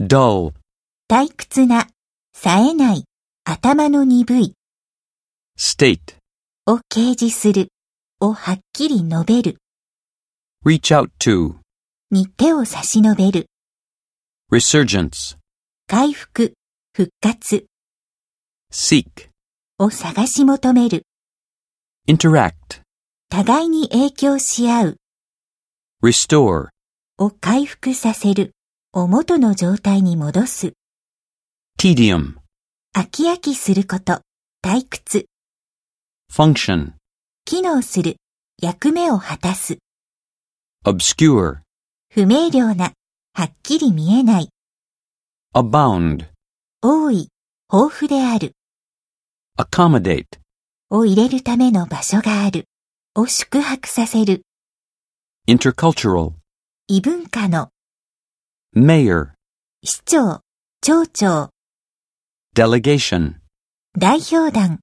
dull, 退屈な、冴えない、頭の鈍い state, を掲示するをはっきり述べる reach out to, に手を差し伸べる、 resurgence, 回復、復活 seek, を探し求める、 interact, 互いに影響し合う restore, を回復させるを元の状態に戻す、 tedium, 飽き飽きすること、退屈、 function, 機能する、役目を果たす、 obscure, 不明瞭な、はっきり見えない、 abound, 多い、豊富である。 accommodate, を入れるための場所があるを宿泊させる intercultural, 異文化の mayor, 市長、町長、 delegation. 代表団